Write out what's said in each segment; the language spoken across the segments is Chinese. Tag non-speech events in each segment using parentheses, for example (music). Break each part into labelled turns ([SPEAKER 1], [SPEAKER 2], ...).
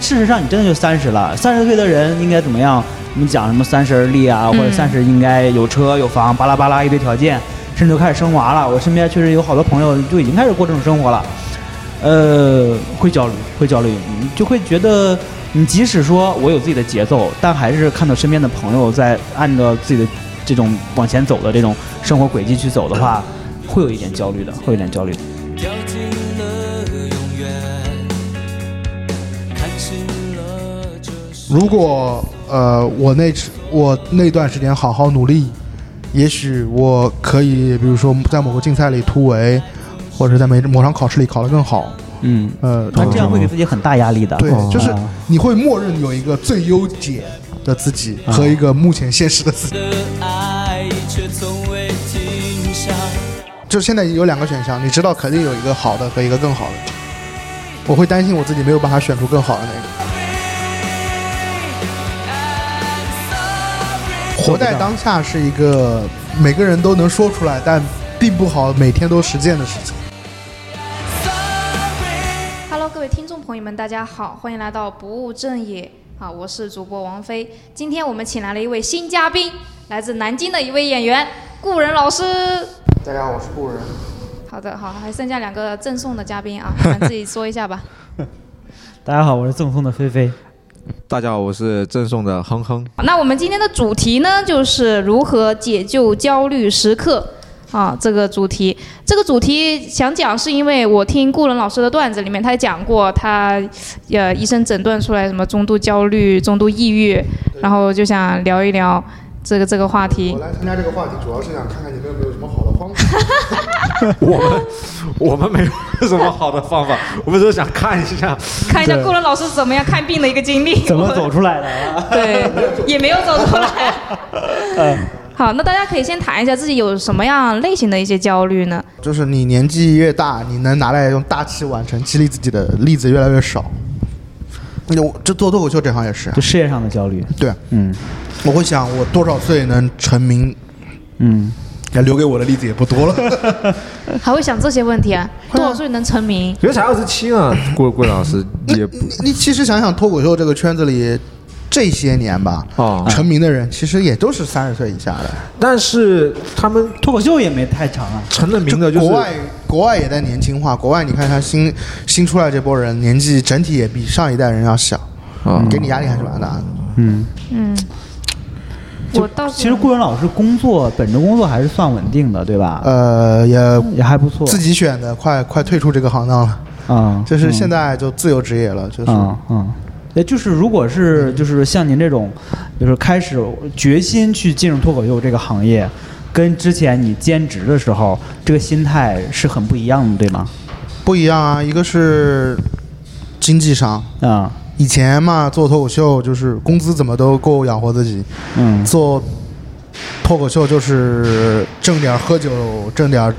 [SPEAKER 1] 事实上你真的就三十了，三十岁的人应该怎么样？我们讲什么三十而立啊，或者三十应该有车有房，巴拉巴拉一堆条件，甚至都开始生娃了。我身边确实有好多朋友就已经开始过这种生活了，呃，会焦虑，会焦虑，你就会觉得。你即使说我有自己的节奏，但还是看到身边的朋友在按照自己的这种往前走的这种生活轨迹去走的话，会有一点焦虑的，会有点焦虑。
[SPEAKER 2] 掉进了永远，看清了这世
[SPEAKER 3] 如果呃我那时我那段时间好好努力，也许我可以，比如说在某个竞赛里突围，或者在某某场考试里考得更好。
[SPEAKER 1] 嗯，
[SPEAKER 3] 呃，
[SPEAKER 1] 那这样会给自己很大压力的。
[SPEAKER 3] 对，就是
[SPEAKER 1] 啊
[SPEAKER 3] 你会默认有一个最优解的自己
[SPEAKER 1] 嗯
[SPEAKER 3] 和一个目前现实的自己。
[SPEAKER 2] 的爱却从未停下。
[SPEAKER 3] 就是现在有两个选项，你知道肯定有一个好的和一个更好的，我会担心我自己没有办法选出更好的那个。活在当下是一个每个人都能说出来，但并不好每天都实践的事情。
[SPEAKER 4] Hello，各位听众朋友们，大家好，欢迎来到不务正业啊，我是主播王菲。今天我们请来了一位新嘉宾，来自南京的一位演员顾仁老师。
[SPEAKER 3] 大家好，我是故人。
[SPEAKER 4] 好的，好，还剩下两个赠送的嘉宾啊，你们自己说一下吧。
[SPEAKER 1] 大家好，我是赠送的菲菲。
[SPEAKER 5] 大家好，我是赠送的哼哼。
[SPEAKER 4] 那我们今天的主题呢，就是如何解救焦虑时刻啊，这个主题，这个主题想讲是因为我听顾伦老师的段子里面，他讲过他，呃，医生诊断出来什么中度焦虑、中度抑郁，然后就想聊一聊这个这个话题
[SPEAKER 3] 我。来参加这个话题，主要是想看看你们有没有什么好的方法。 (laughs)
[SPEAKER 5] 我们我们没有什么好的方法， (laughs) 我们只是想看一下。
[SPEAKER 4] 看一下
[SPEAKER 1] 对
[SPEAKER 4] 顾伦老师怎么样看病的一个经历，
[SPEAKER 1] 怎么走出来的啊？
[SPEAKER 4] 对，也没有走出来。好，那大家可以先谈一下自己有什么样类型的一些焦虑呢？
[SPEAKER 3] 就是你年纪越大，你能拿来用大器晚成激励自己的例子越来越少。那我这做脱口秀这行也是啊
[SPEAKER 1] 就，事业上的焦虑。
[SPEAKER 3] 对，
[SPEAKER 1] 嗯
[SPEAKER 3] 我会想我多少岁能成名，
[SPEAKER 1] 嗯，
[SPEAKER 3] 留给我的例子也不多
[SPEAKER 5] (laughs)
[SPEAKER 3] 了。
[SPEAKER 4] 还会想这些问题啊？
[SPEAKER 3] 会啊
[SPEAKER 4] 多少岁能成名？
[SPEAKER 5] 觉得才二十七呢，郭郭老师也不
[SPEAKER 3] 你其实想想脱口秀这个圈子里，这些年吧，
[SPEAKER 5] 哦
[SPEAKER 3] 成名的人其实也都是三十岁以下的，
[SPEAKER 5] 但是他们
[SPEAKER 1] 脱口秀也没太长啊。
[SPEAKER 5] 成了名的就是
[SPEAKER 3] 国外国外也在年轻化，国外你看他新新出来这波人年纪整体也比上一代人要小，
[SPEAKER 5] 啊
[SPEAKER 3] 给你压力还是蛮大的。
[SPEAKER 1] 嗯，
[SPEAKER 4] 嗯，我倒是
[SPEAKER 1] 其实顾源老师工作本职工作还是算稳定的，对吧？
[SPEAKER 3] 呃，也
[SPEAKER 1] 也还不错。
[SPEAKER 3] 自己选的，快快退出这个行当了，
[SPEAKER 1] 啊，
[SPEAKER 3] 就是
[SPEAKER 1] 嗯
[SPEAKER 3] 现在就自由职业了，就是。
[SPEAKER 5] 啊
[SPEAKER 1] 嗯嗯，也就是如果是就是像您这种，就是开始决心去进入脱口秀这个行业，跟之前你兼职的时候这个心态是很不一样的，对吗？
[SPEAKER 3] 不一样啊，一个是经济上，
[SPEAKER 1] 啊、
[SPEAKER 3] 以前嘛做脱口秀就是工资怎么都够养活自己，
[SPEAKER 1] 嗯，
[SPEAKER 3] 做脱口秀就是挣点儿喝酒，挣点儿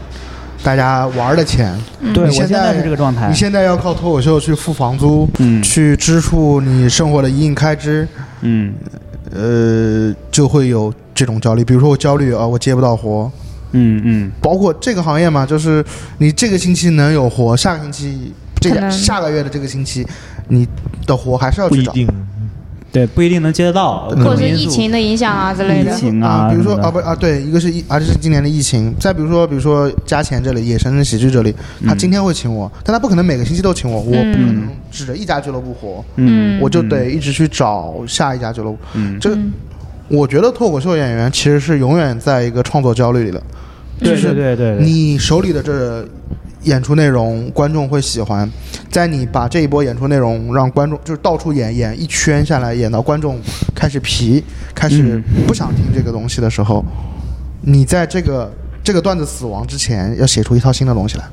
[SPEAKER 3] 大家玩儿的钱。
[SPEAKER 1] 嗯对
[SPEAKER 3] 你
[SPEAKER 1] 我现
[SPEAKER 3] 在
[SPEAKER 1] 在是这个状态
[SPEAKER 3] 你。现在要靠脱口秀去付房租，
[SPEAKER 1] 嗯
[SPEAKER 3] 去支付你生活的一应开支，
[SPEAKER 1] 嗯
[SPEAKER 3] 呃，就会有这种焦虑。比如说我焦虑啊，我接不到活，
[SPEAKER 1] 嗯嗯
[SPEAKER 3] 包括这个行业嘛，就是你这个星期能有活，下个星期这
[SPEAKER 4] 可能
[SPEAKER 3] 个下个月的这个星期，你的活还是要
[SPEAKER 5] 不
[SPEAKER 3] 去
[SPEAKER 5] 一
[SPEAKER 3] 找。
[SPEAKER 5] 定。
[SPEAKER 1] 对，不一定能接得到，
[SPEAKER 3] 嗯
[SPEAKER 4] 或
[SPEAKER 1] 各种
[SPEAKER 4] 者是
[SPEAKER 1] 因
[SPEAKER 4] 疫
[SPEAKER 1] 素
[SPEAKER 4] 情的影响啊之类
[SPEAKER 1] 疫
[SPEAKER 4] 的。
[SPEAKER 1] 情啊，
[SPEAKER 3] 比如说
[SPEAKER 1] 什么的
[SPEAKER 3] 啊不啊对，一个是疫，而、啊、这是今年的疫情。再比如说，比如说加钱这里，野生喜剧这里，他
[SPEAKER 1] 嗯
[SPEAKER 3] 今天会请我，但他不可能每个星期都请我，我不可能指着一家俱乐部火，
[SPEAKER 1] 嗯
[SPEAKER 3] 我就得一直去找下一家俱乐部。
[SPEAKER 1] 嗯，
[SPEAKER 3] 这我觉得脱口秀演员其实是永远在一个创作焦虑里的。
[SPEAKER 1] 对对对对，对
[SPEAKER 3] 你手里的这演出内容，观众会喜欢。在你把这一波演出内容让观众就是到处演演一圈下来，演到观众开始疲，开始
[SPEAKER 1] 嗯
[SPEAKER 3] 不想听这个东西的时候，你在这个这个段子死亡之前，要写出一套新的东西来。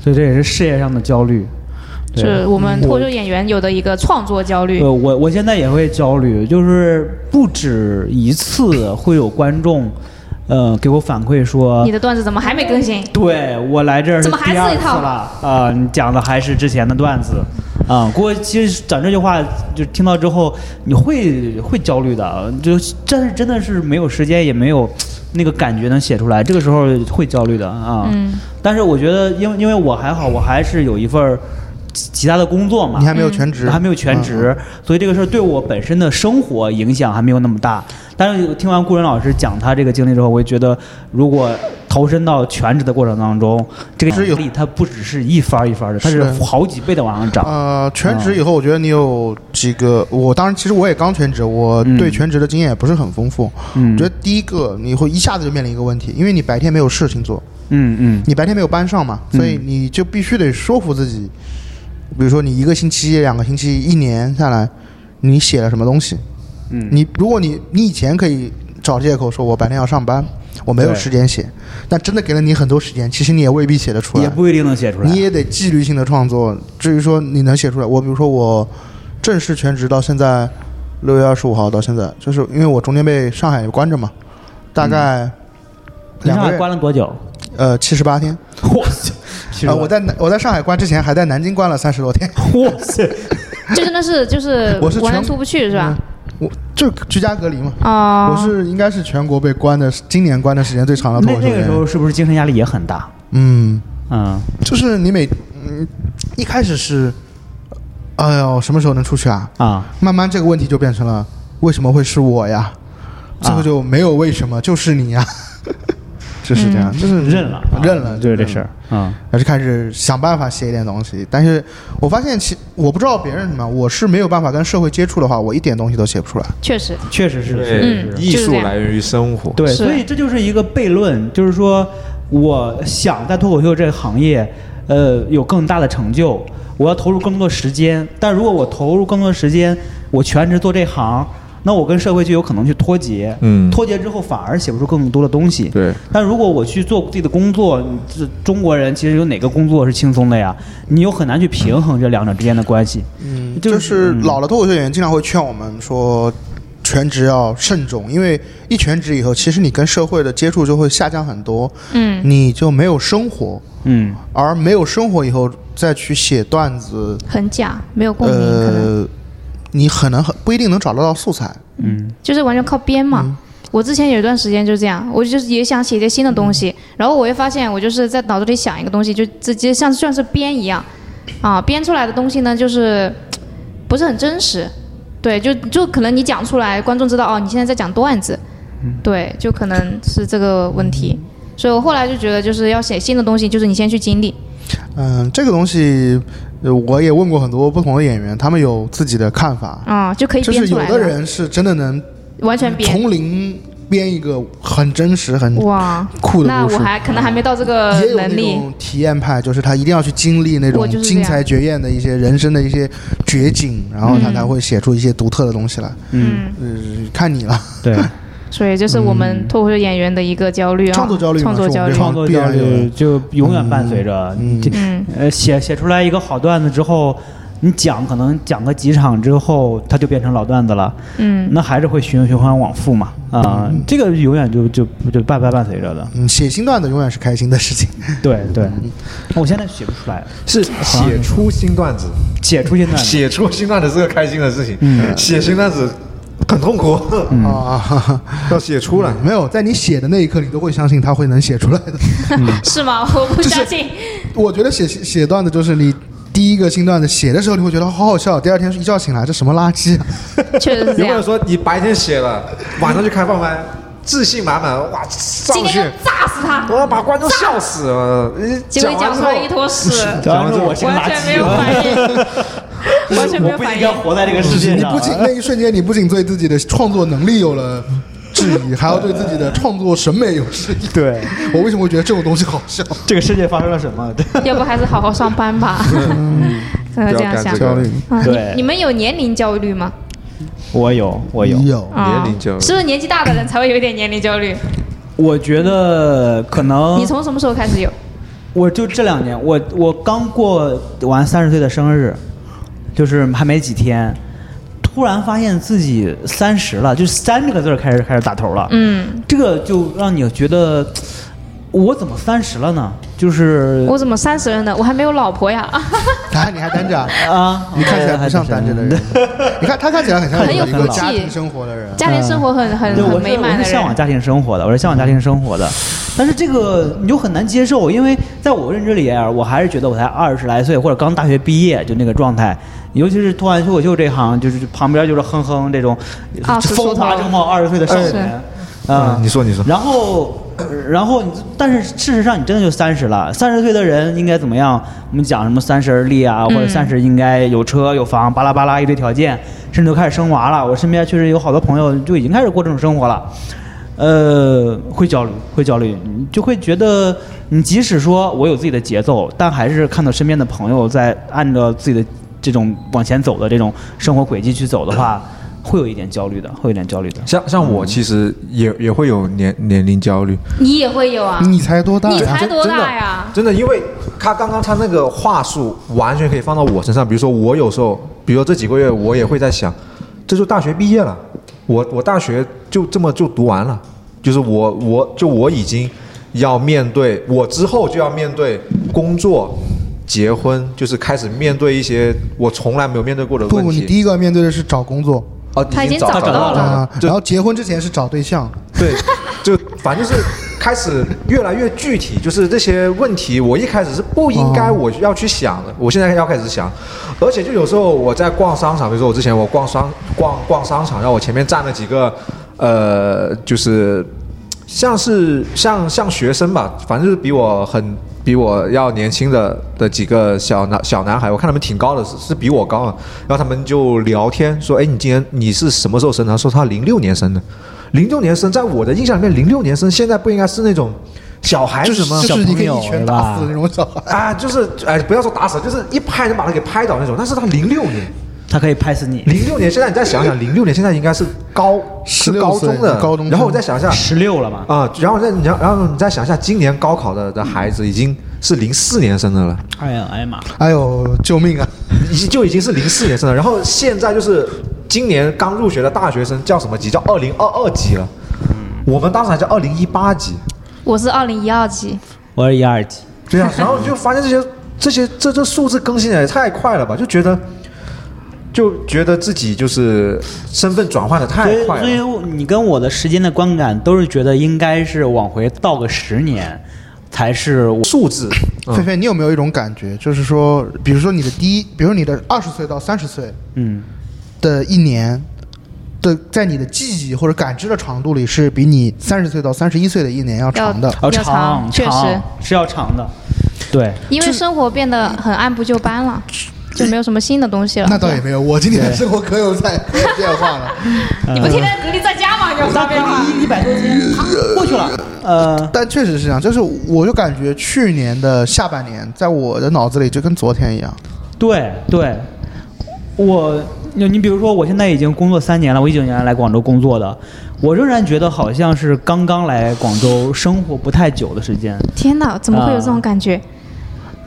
[SPEAKER 1] 所以这也是事业上的焦虑。对
[SPEAKER 4] 是我们脱口
[SPEAKER 1] 我
[SPEAKER 4] 秀演员有的一个创作焦虑
[SPEAKER 1] 呃，，我我现在也会焦虑，就是不止一次会有观众，呃，给我反馈说
[SPEAKER 4] 你，的段子怎么还没
[SPEAKER 1] (laughs)
[SPEAKER 4] 更新？
[SPEAKER 1] 对我来这儿是
[SPEAKER 4] 怎么还
[SPEAKER 1] 第二
[SPEAKER 4] 是一
[SPEAKER 1] 次
[SPEAKER 4] 套
[SPEAKER 1] 了啊、你讲的还是之前的段子。啊、不过其实讲这句话，就听到之后，你会会焦虑的，就但是真的是没有时间，也没有那个感觉能写出来，这个时候会焦虑的啊。
[SPEAKER 4] 嗯
[SPEAKER 1] 但是我觉得因，为因为我还好，我还是有一份儿其其他的工作嘛
[SPEAKER 3] 你，还没有全职，
[SPEAKER 1] 嗯
[SPEAKER 3] 嗯
[SPEAKER 1] 还没有全职，所以这个事儿对我本身的生活影响还没有那么大。但是听完顾仁老师讲他这个经历之后，我就觉得，如果投身到全职的过程当中，这个
[SPEAKER 3] 是
[SPEAKER 1] 压
[SPEAKER 3] 有
[SPEAKER 1] 力它不只是一番儿一番儿的，它是
[SPEAKER 3] 是
[SPEAKER 1] 好几倍的往上涨。
[SPEAKER 3] 呃，全职以后，我觉得你有几个，我当然其实我也刚全职，我
[SPEAKER 1] 嗯
[SPEAKER 3] 对全职的经验也不是很丰富。
[SPEAKER 1] 嗯
[SPEAKER 3] 我觉得第一个你会一下子就面临一个问题，因为你白天没有事情做，
[SPEAKER 1] 嗯嗯
[SPEAKER 3] 你白天没有班上嘛，
[SPEAKER 1] 嗯
[SPEAKER 3] 所以你就必须得说服自己。比如说你一个星期、两个星期、一年下来，你写了什么东西？
[SPEAKER 1] 嗯，
[SPEAKER 3] 你如果你你以前可以找借口说我白天要上班，我没有
[SPEAKER 1] 对
[SPEAKER 3] 时间写，但真的给了你很多时间，其实你也未必写得出来，
[SPEAKER 1] 也不一定能写出来。
[SPEAKER 3] 你也得纪律性的创作。至于说你能写出来，我比如说我正式全职到现在六月二十五号到现在，就是因为我中间被上海关着嘛，大概
[SPEAKER 1] 你
[SPEAKER 3] 两
[SPEAKER 1] 嗯上
[SPEAKER 3] 个
[SPEAKER 1] 海
[SPEAKER 3] 月、
[SPEAKER 1] 关了多
[SPEAKER 3] (laughs)
[SPEAKER 1] 久？
[SPEAKER 3] 呃七十八天。
[SPEAKER 1] 哇塞！
[SPEAKER 3] 呃，我在南我在上海关之前还在南京关了三十
[SPEAKER 1] (laughs)
[SPEAKER 3] 多天，
[SPEAKER 1] 哇
[SPEAKER 3] (laughs)
[SPEAKER 1] 塞！
[SPEAKER 4] 就真的是就是
[SPEAKER 3] 我是
[SPEAKER 4] 完全
[SPEAKER 3] 全
[SPEAKER 4] 出不去是吧？
[SPEAKER 3] 我就居家隔离嘛。
[SPEAKER 1] 嗯
[SPEAKER 4] 啊，
[SPEAKER 3] 我是应该是全国被关的，今年关的时间最长的脱
[SPEAKER 1] 哦那
[SPEAKER 3] 口秀
[SPEAKER 1] 那
[SPEAKER 3] 演
[SPEAKER 1] 个时
[SPEAKER 3] 员。
[SPEAKER 1] 候是不是精神压力也很大？
[SPEAKER 3] 嗯，
[SPEAKER 1] 嗯，
[SPEAKER 3] 就是你每嗯一开始是，哎呦，什么时候能出去啊？
[SPEAKER 1] 啊，
[SPEAKER 3] 慢慢这个问题就变成了为什么会是我呀？这
[SPEAKER 1] 啊
[SPEAKER 3] 个就没有为什么，就是你呀， (laughs) 就是这样，就是
[SPEAKER 1] 嗯认了啊，
[SPEAKER 3] 嗯认了，
[SPEAKER 1] 就是
[SPEAKER 3] 认
[SPEAKER 1] 这
[SPEAKER 3] 了
[SPEAKER 1] 事儿。嗯
[SPEAKER 3] 然后就开始想办法写一点东西。但是我发现其我不知道别人什么，我是没有办法跟社会接触的话，我一点东西都写不出来。
[SPEAKER 4] 确实，
[SPEAKER 1] 确实是，是
[SPEAKER 5] 对
[SPEAKER 4] 嗯，
[SPEAKER 5] 艺
[SPEAKER 4] 就是这
[SPEAKER 5] 术
[SPEAKER 4] 样
[SPEAKER 5] 来源于生活。
[SPEAKER 1] 对，
[SPEAKER 4] 是
[SPEAKER 1] 所以这就是一个悖论，就是说，我想在脱口秀这个行业，呃，有更大的成就，我要投入更多的时间。但如果我投入更多的时间，我全职做这行，那我跟社会就有可能去脱节。
[SPEAKER 5] 嗯
[SPEAKER 1] 脱节之后反而写不出更多的东西。
[SPEAKER 5] 对
[SPEAKER 1] 但如果我去做自己的工作，你这中国人其实有哪个工作是轻松的呀？你又很难去平衡这两者之间的关系。嗯
[SPEAKER 3] 就是、
[SPEAKER 1] 嗯
[SPEAKER 3] 老的脱口秀演员经常会劝我们说，全职要慎重，因为一全职以后，其实你跟社会的接触就会下降很多，
[SPEAKER 4] 嗯，
[SPEAKER 3] 你就没有生活，
[SPEAKER 1] 嗯，
[SPEAKER 3] 而没有生活以后再去写段子，
[SPEAKER 4] 很假，没有共鸣，可能
[SPEAKER 3] 呃，你很难很不一定能找得到素材。
[SPEAKER 1] 嗯
[SPEAKER 4] 就是完全靠编嘛。
[SPEAKER 3] 嗯
[SPEAKER 4] 我之前有一段时间就这样，我就是也想写一些新的东西，
[SPEAKER 3] 嗯
[SPEAKER 4] 然后我会发现我就是在脑子里想一个东西，就直接像像是编一样，啊，编出来的东西呢就是嘖不是很真实，对，就就可能你讲出来，观众知道哦，你现在在讲段子，
[SPEAKER 3] 嗯
[SPEAKER 4] 对，就可能是这个问题。所以我后来就觉得，就是要写新的东西，就是你先去经历，
[SPEAKER 3] 嗯，这个东西，呃我也问过很多不同的演员，他们有自己的看法。
[SPEAKER 4] 啊、就可以
[SPEAKER 3] 就
[SPEAKER 4] 编
[SPEAKER 3] 是有
[SPEAKER 4] 出来
[SPEAKER 3] 的人是真的能
[SPEAKER 4] 完全编，
[SPEAKER 3] 从零编一个很真实、很
[SPEAKER 4] 哇，
[SPEAKER 3] 酷的
[SPEAKER 4] 那
[SPEAKER 3] 故事
[SPEAKER 4] 我。还可能还没到这个
[SPEAKER 3] 也有
[SPEAKER 4] 能
[SPEAKER 3] 那
[SPEAKER 4] 力，
[SPEAKER 3] 种体验派，就是他一定要去经历那
[SPEAKER 4] 我
[SPEAKER 3] 种
[SPEAKER 4] 就是这样
[SPEAKER 3] 精彩绝艳的一些人生的一些绝景，然后他才会写出一些独特的东西来。
[SPEAKER 4] 嗯。
[SPEAKER 3] 嗯，看你了，
[SPEAKER 5] (laughs)
[SPEAKER 1] 对。
[SPEAKER 4] 所以这是我们脱口秀演员的一个焦虑啊，
[SPEAKER 3] 创作焦虑嘛
[SPEAKER 4] 创作焦虑
[SPEAKER 3] 是。我
[SPEAKER 4] (laughs)
[SPEAKER 1] 创
[SPEAKER 3] 们
[SPEAKER 1] 作
[SPEAKER 3] 必
[SPEAKER 1] 焦
[SPEAKER 3] 然有
[SPEAKER 1] 虑
[SPEAKER 3] 的嗯
[SPEAKER 1] 就永远伴随着你这，呃，写写出来一个好段子之后，你讲可能讲个几场之后，它就变成老段子了，
[SPEAKER 4] 嗯，
[SPEAKER 1] 那还是会循循环往复嘛，啊，这个永远就就就伴伴伴随着
[SPEAKER 3] (laughs)
[SPEAKER 1] 的，
[SPEAKER 3] 嗯，写新段子永远是开心的事情。 (laughs)
[SPEAKER 1] 对对，我现在写不出来，
[SPEAKER 5] 是写出新段子，
[SPEAKER 1] 写出现在
[SPEAKER 5] 写出新段子是个开心的事情，
[SPEAKER 1] 嗯
[SPEAKER 5] 写新段子很痛苦，
[SPEAKER 3] 啊，哈哈
[SPEAKER 5] 要写出来。
[SPEAKER 3] 没有，在你写的那一刻，你都会相信他会能写出来的。 (laughs)
[SPEAKER 4] 是吗？我不相信。
[SPEAKER 3] 我觉得写写段子就是你第一个新段子写的时候，你会觉得好好笑，第二天一觉醒来，这什么垃圾、啊？
[SPEAKER 4] (laughs) 确实是这
[SPEAKER 5] 有没有
[SPEAKER 4] 样。
[SPEAKER 5] 说你白天写了，晚上就开放麦，自信满满，哇，上
[SPEAKER 4] 今天
[SPEAKER 5] 去
[SPEAKER 4] 要，炸死他！
[SPEAKER 5] 我要把观众笑死了。呃
[SPEAKER 4] 结果
[SPEAKER 5] 完
[SPEAKER 4] 讲
[SPEAKER 5] 之
[SPEAKER 4] 出
[SPEAKER 5] 后
[SPEAKER 4] 来一坨屎，
[SPEAKER 1] 讲完之后我是个
[SPEAKER 4] 完
[SPEAKER 1] 垃
[SPEAKER 4] 全没
[SPEAKER 1] 圾
[SPEAKER 4] 有，反应， (laughs) 完全没
[SPEAKER 1] 我
[SPEAKER 4] 有
[SPEAKER 1] 不
[SPEAKER 4] 反
[SPEAKER 1] 应
[SPEAKER 4] 应
[SPEAKER 1] 该。活在这个世界
[SPEAKER 3] 你
[SPEAKER 1] 上啊
[SPEAKER 3] 不。仅那一瞬间，你不仅对自己的创作能力有了质疑，还要对自己的创作审美有质疑。
[SPEAKER 1] 对，
[SPEAKER 3] 我为什么会觉得这种东西好笑？
[SPEAKER 1] 这个世界发生了什么？ (laughs)
[SPEAKER 4] 要不还是好好上班吧。真的这样想
[SPEAKER 5] 不要干这个焦虑
[SPEAKER 4] 啊
[SPEAKER 1] 对
[SPEAKER 4] 你你们有年龄焦虑吗？
[SPEAKER 1] 我有，我有，
[SPEAKER 3] 有
[SPEAKER 4] 啊
[SPEAKER 5] 年龄焦虑
[SPEAKER 4] 是不是年纪大的人才会有一点年龄焦虑？
[SPEAKER 1] 我觉得可能
[SPEAKER 4] 你从什么时候开始有？
[SPEAKER 1] 我就这两年，我我刚过完三十岁的生日，就是还没几天，突然发现自己三十了，就是“三”这个字儿开始开始打头了。，
[SPEAKER 4] 嗯，
[SPEAKER 1] 这个就让你觉得，我怎么三十了呢？就是
[SPEAKER 4] 嗯我怎么三十了呢？我还没有老婆 (laughs) 呀，
[SPEAKER 3] 啊，你还单着啊？
[SPEAKER 1] 啊，
[SPEAKER 3] 你看起来不像单着的人， (laughs) 你看他看起来很像
[SPEAKER 4] 很有
[SPEAKER 3] 一个
[SPEAKER 4] 骨气
[SPEAKER 3] 家庭生活的人。
[SPEAKER 4] 家庭生活很很
[SPEAKER 1] 对，我
[SPEAKER 4] 很
[SPEAKER 1] 是
[SPEAKER 4] 美
[SPEAKER 1] 我
[SPEAKER 4] 满
[SPEAKER 1] 是
[SPEAKER 4] 的
[SPEAKER 1] 向往
[SPEAKER 4] 人。
[SPEAKER 1] 家庭生活的，我是向往家庭生活的，但是这个你就很难接受，因为在我认知里啊，我还是觉得我才二十来岁或者刚大学毕业就那个状态，尤其是脱完脱口秀这行，就是旁边就是哼哼这种 (laughs)
[SPEAKER 4] 啊是
[SPEAKER 1] 风华
[SPEAKER 4] 说头
[SPEAKER 1] 正茂二十岁的少年，啊
[SPEAKER 5] 嗯，你说你
[SPEAKER 3] (laughs)
[SPEAKER 5] 说
[SPEAKER 1] 然后，呃然后你，但是事实上你真的就三十了。三十岁的人应该怎么样？我们讲什么三十而立啊，或者
[SPEAKER 4] 嗯
[SPEAKER 1] 三十应该有车有房，巴拉巴拉一堆条件，甚至都开始生娃了。我身边确实有好多朋友就已经开始过这种生活了。呃，会焦虑，会焦虑，你就会觉得，你即使说我有自己的节奏，但还是看到身边的朋友在按照自己的这种往前走的这种生活轨迹去走的话，会有一点焦虑的，会有一点焦虑的。
[SPEAKER 5] 像像我其实也也会有年年龄焦虑，
[SPEAKER 4] 你也会有啊？
[SPEAKER 3] 你才多大
[SPEAKER 4] 你
[SPEAKER 3] 呀？
[SPEAKER 4] 才
[SPEAKER 5] 真
[SPEAKER 4] 多
[SPEAKER 5] 真的
[SPEAKER 4] 大呀？
[SPEAKER 5] 真的，因为他刚刚他那个话术完全可以放到我身上。比如说，我有时候，比如说这几个月，我也会在想，这就大学毕业了，我我大学就这么就读完了，就是我我就我已经要面对，我之后就要面对工作、结婚，就是开始面对一些我从来没有面对过的
[SPEAKER 3] 不，
[SPEAKER 5] 问
[SPEAKER 3] 你
[SPEAKER 5] 题。
[SPEAKER 3] 第一个面对的是找工作
[SPEAKER 5] 哦，
[SPEAKER 4] 他已经
[SPEAKER 5] 找
[SPEAKER 4] 找
[SPEAKER 1] 到
[SPEAKER 4] 到
[SPEAKER 1] 了
[SPEAKER 4] 了。
[SPEAKER 3] 啊，
[SPEAKER 5] 就
[SPEAKER 3] 然后结婚之前是找对象，
[SPEAKER 5] 对，就反正就是开始越来越具体，就是这些问题，我一开始是不应该我要去想的，我现在要开始想，而且就有时候我在逛商场，比如说我之前我逛商逛逛商场，然后我前面站了几个，呃，就是像是像像学生吧，反正就是比我很比我要年轻的的几个小男小男孩，我看他们挺高的，是是比我高的。然后他们就聊天说：“哎，你今年你是什么时候生的？”他说他零六年生的，零六年生，在我的印象里面，零六年生现在不应该是那种哎小孩
[SPEAKER 3] 就
[SPEAKER 5] 子
[SPEAKER 3] 是
[SPEAKER 5] 吗？
[SPEAKER 3] 就是你可以
[SPEAKER 1] 小朋友
[SPEAKER 3] 一拳打死的那种小孩。
[SPEAKER 5] 啊，就是哎，不要说打死，就是一拍能把他给拍倒那种。但是他零六年，
[SPEAKER 1] 他可以拍死你。
[SPEAKER 5] 零六年，现在你再想想，零六年现在应该是高是
[SPEAKER 3] 16
[SPEAKER 5] 高中的，
[SPEAKER 3] 岁高中生
[SPEAKER 5] 然后我再想一下，
[SPEAKER 1] 十六了嘛？
[SPEAKER 5] 啊、然后再然后然后你再想一下，今年高考的的孩子已经是零四年生的了，
[SPEAKER 1] 哎呀，哎呀妈！
[SPEAKER 3] 哎呦，救命啊！
[SPEAKER 5] 已经就已经是零四年生的，然后现在就是今年刚入学的大学生叫什么级？叫二零二二级了。我们当时还叫二零一八级，
[SPEAKER 4] 我是二零一二级，
[SPEAKER 1] 我是一二级，
[SPEAKER 5] 对啊，然后就发现这些这些这这数字更新的也太快了吧，就觉得就觉得自己就是身份转换的
[SPEAKER 1] 所
[SPEAKER 5] 太
[SPEAKER 1] 以
[SPEAKER 5] 快
[SPEAKER 1] 所以
[SPEAKER 5] 了。
[SPEAKER 1] 我你跟我的时间的观感都是觉得应该是往回倒个十年，才是我
[SPEAKER 5] 数字，
[SPEAKER 3] 菲菲，你有没有一种感觉，就是说，比如说你的第一，比如你的二十岁到三十岁
[SPEAKER 1] 嗯
[SPEAKER 3] 的一年的，在你的记忆或者感知的长度里，是比你三十岁到三十一岁的一年要长的。
[SPEAKER 1] 要
[SPEAKER 4] 要长确实
[SPEAKER 1] 是要哦长的，对，
[SPEAKER 4] 因为生活变得很按部就班了，就没有什么新的东西了。
[SPEAKER 3] 那倒也没有，我今天的生活可有在 (laughs) 变化了。
[SPEAKER 1] 呃
[SPEAKER 4] 你不天天隔离在家吗？你有啥
[SPEAKER 1] 大
[SPEAKER 4] 变化？
[SPEAKER 1] 一一百多斤啊过去了，呃，
[SPEAKER 3] 但确实是这样，就是我就感觉去年的下半年，在我的脑子里就跟昨天一样。
[SPEAKER 1] 对对，我你你比如说，我现在已经工作三年了，我一九年来广州工作的，我仍然觉得好像是刚刚来广州生活不太久的时间，
[SPEAKER 4] 天哪，怎么会有这种感觉？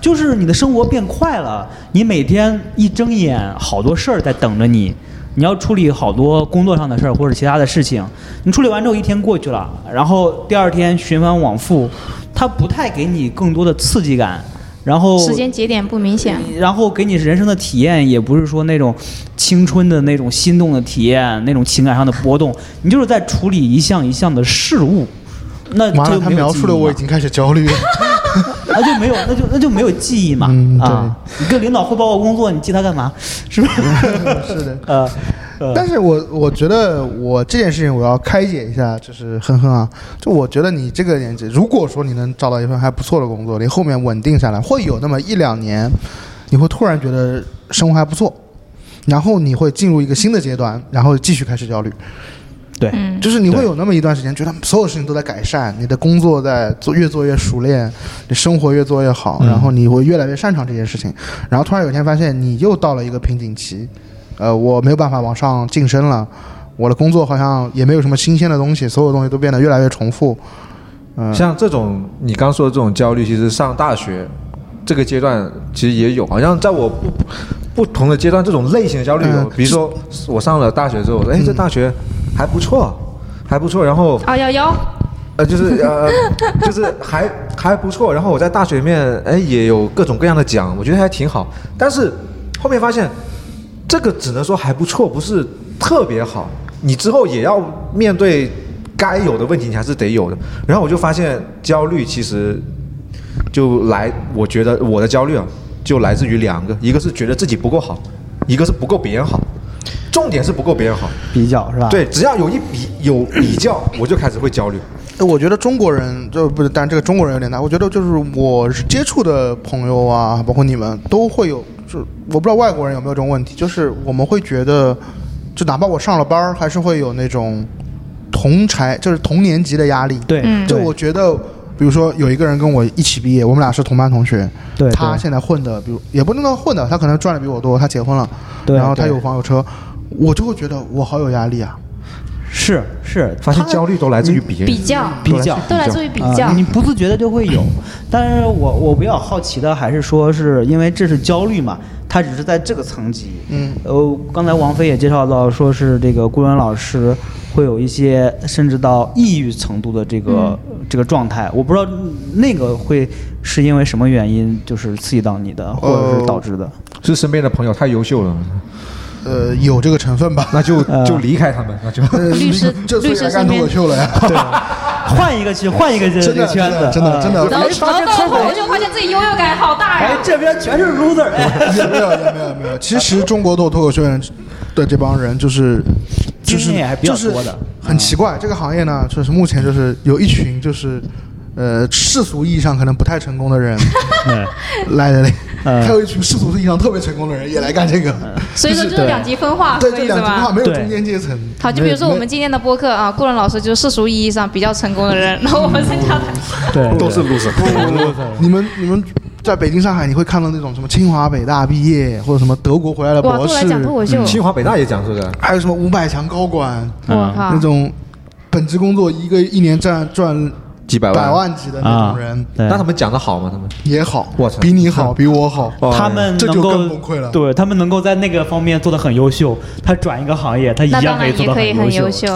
[SPEAKER 1] 就是你的生活变快了，你每天一睁眼，好多事儿在等着你，你要处理好多工作上的事儿或者其他的事情。你处理完之后，一天过去了，然后第二天循环往复，它不太给你更多的刺激感，然后
[SPEAKER 4] 时间节点不明显，
[SPEAKER 1] 然后给你人生的体验也不是说那种青春的那种心动的体验，那种情感上的波动，你就是在处理一项一项的事物。那
[SPEAKER 3] 完
[SPEAKER 1] 就
[SPEAKER 3] 了，他
[SPEAKER 1] 没有
[SPEAKER 3] 描
[SPEAKER 1] 记
[SPEAKER 3] 述的
[SPEAKER 1] 忆
[SPEAKER 3] 我
[SPEAKER 1] 了
[SPEAKER 3] 已经开始焦虑了。
[SPEAKER 1] 那就没有，那就那就没有记忆嘛、
[SPEAKER 3] 嗯
[SPEAKER 1] 啊！你跟领导汇报个工作，你记他干嘛？是不是？
[SPEAKER 3] 是的。
[SPEAKER 1] 呃，呃
[SPEAKER 3] 但是我我觉得我这件事情我要开解一下，就是哼哼啊，就我觉得你这个年纪，如果说你能找到一份还不错的工作，你后面稳定下来，会有那么一两年，你会突然觉得生活还不错，然后你会进入一个新的阶段，然后继续开始焦虑，
[SPEAKER 1] 对，
[SPEAKER 4] 嗯，
[SPEAKER 3] 就是你会
[SPEAKER 1] 对
[SPEAKER 3] 有那么一段时间，觉得所有事情都在改善，你的工作在做越做越熟练，你生活越做越好，然后你会越来越擅长这件事情，然后突然有一天发现你又到了一个瓶颈期，呃，我没有办法往上晋升了，我的工作好像也没有什么新鲜的东西，所有东西都变得越来越重复，嗯、
[SPEAKER 5] 像这种你刚说的这种焦虑，其实上大学这个阶段其实也有，好像在我不不同的阶段，这种类型的焦虑有
[SPEAKER 3] 嗯。
[SPEAKER 5] 比如说我上了大学之后，我说哎，这大学还不错，还不错。然后
[SPEAKER 4] 二幺幺，
[SPEAKER 5] 呃，就是呃， (laughs) 就是还还不错。然后我在大学里面，哎，也有各种各样的奖，我觉得还挺好。但是后面发现，这个只能说还不错，不是特别好。你之后也要面对该有的问题，你还是得有的。然后我就发现，焦虑其实就来，我觉得我的焦虑啊，就来自于两个，一个是觉得自己不够好，一个是不够别人好。重点是不够别人好，
[SPEAKER 1] 比较是吧？
[SPEAKER 5] 对，只要有一比有比较，我就开始会焦虑。
[SPEAKER 3] 哎我觉得中国人就不是，但这个中国人有点难。我觉得就是我是接触的朋友啊，包括你们都会有，就我不知道外国人有没有这种问题，就是我们会觉得，就哪怕我上了班儿，还是会有那种同柴，就是同年级的压力。
[SPEAKER 1] 对，
[SPEAKER 4] 嗯
[SPEAKER 3] 就
[SPEAKER 1] 对
[SPEAKER 3] 我觉得，比如说有一个人跟我一起毕业，我们俩是同班同学，
[SPEAKER 1] 对
[SPEAKER 3] 他
[SPEAKER 1] 对
[SPEAKER 3] 现在混的，比如也不能说混的，他可能赚的比我多，他结婚了，
[SPEAKER 1] 对
[SPEAKER 3] 然后他
[SPEAKER 1] 对
[SPEAKER 3] 有房有车，我就会觉得我好有压力啊。
[SPEAKER 1] 是是
[SPEAKER 5] 发现焦虑都来自于别人。
[SPEAKER 4] 比较
[SPEAKER 1] 比较
[SPEAKER 4] 都来自于比较
[SPEAKER 1] 啊，你不自觉的就会有。但是我我比较好奇的还是说，是因为这是焦虑嘛？它只是在这个层级。
[SPEAKER 3] 嗯，
[SPEAKER 1] 呃，刚才王菲也介绍到，说是这个顾源老师会有一些甚至到抑郁程度的这个、这个状态，我不知道那个会是因为什么原因，就是刺激到你的，或者是导致的。
[SPEAKER 5] 是身边的朋友太优秀了，
[SPEAKER 3] 呃，有这个成分吧。
[SPEAKER 5] 那就
[SPEAKER 1] 呃
[SPEAKER 5] 就离开他们，那就
[SPEAKER 4] 律师
[SPEAKER 3] 这
[SPEAKER 4] 律
[SPEAKER 3] 虽
[SPEAKER 4] 师
[SPEAKER 3] 然干
[SPEAKER 4] 身
[SPEAKER 3] 脱口
[SPEAKER 4] 边，
[SPEAKER 3] 秀了呀，
[SPEAKER 1] 换一个去，换一个这这
[SPEAKER 3] 真的
[SPEAKER 1] 个圈子，
[SPEAKER 3] (laughs) 真的真的
[SPEAKER 1] 啊
[SPEAKER 4] 然后
[SPEAKER 3] 真的
[SPEAKER 4] 然后到了后就发现自己优越感好大
[SPEAKER 1] 哎
[SPEAKER 4] 呀，，
[SPEAKER 1] 这边全是 loser，哎，
[SPEAKER 3] 也没有也没有没有。其实中国脱脱口秀人的这帮人就是就
[SPEAKER 1] 经
[SPEAKER 3] 是
[SPEAKER 1] 验还比较
[SPEAKER 3] 就是
[SPEAKER 1] 多的嗯
[SPEAKER 3] 很奇怪。这个行业呢，就是目前就是有一群就是呃世俗意义上可能不太成功
[SPEAKER 4] (laughs)
[SPEAKER 3] 的人来来来，
[SPEAKER 1] 嗯
[SPEAKER 3] 还有一群世俗意义上特别成功的人也来干这个。
[SPEAKER 4] 所以说就是两极分化，
[SPEAKER 3] 对，
[SPEAKER 4] 是
[SPEAKER 3] 这
[SPEAKER 4] 意思
[SPEAKER 3] 两句话
[SPEAKER 4] 吧？
[SPEAKER 3] 没有
[SPEAKER 1] 对
[SPEAKER 3] 中间阶层。
[SPEAKER 4] 好，就比如说我们今天的播客啊，顾伦老师就是世俗意义上比较成功的人，然后我们参加他。
[SPEAKER 3] (laughs)
[SPEAKER 1] 对
[SPEAKER 5] 都是 loser。
[SPEAKER 3] (laughs) 你们你们在北京、上海，你会看到那种什么清华、北大毕业，或者什么德国回来的
[SPEAKER 4] 哇，
[SPEAKER 3] 呃博
[SPEAKER 4] 都来
[SPEAKER 3] 士，
[SPEAKER 4] 讲脱口秀，
[SPEAKER 5] 清华北大也讲是不是？
[SPEAKER 3] 还有什么五百强高管，
[SPEAKER 4] 我靠
[SPEAKER 3] 那，种本职工作一个一年赚赚
[SPEAKER 5] 几百万
[SPEAKER 3] 百万级的那
[SPEAKER 1] 啊
[SPEAKER 3] 种人，
[SPEAKER 1] 对
[SPEAKER 5] 那他们讲的好吗？他们
[SPEAKER 3] 也好
[SPEAKER 5] 我操，
[SPEAKER 3] 比你
[SPEAKER 1] 嗯
[SPEAKER 3] 好，比我好。
[SPEAKER 1] 他们
[SPEAKER 3] 哦这就
[SPEAKER 1] 能够
[SPEAKER 3] 更崩溃了
[SPEAKER 1] 对他们能够在那个方面做的很优秀，他转一个行业，他一
[SPEAKER 4] 那当
[SPEAKER 1] 样
[SPEAKER 4] 然
[SPEAKER 1] 以做
[SPEAKER 4] 也
[SPEAKER 1] 的
[SPEAKER 4] 可以
[SPEAKER 1] 优
[SPEAKER 4] 很优秀。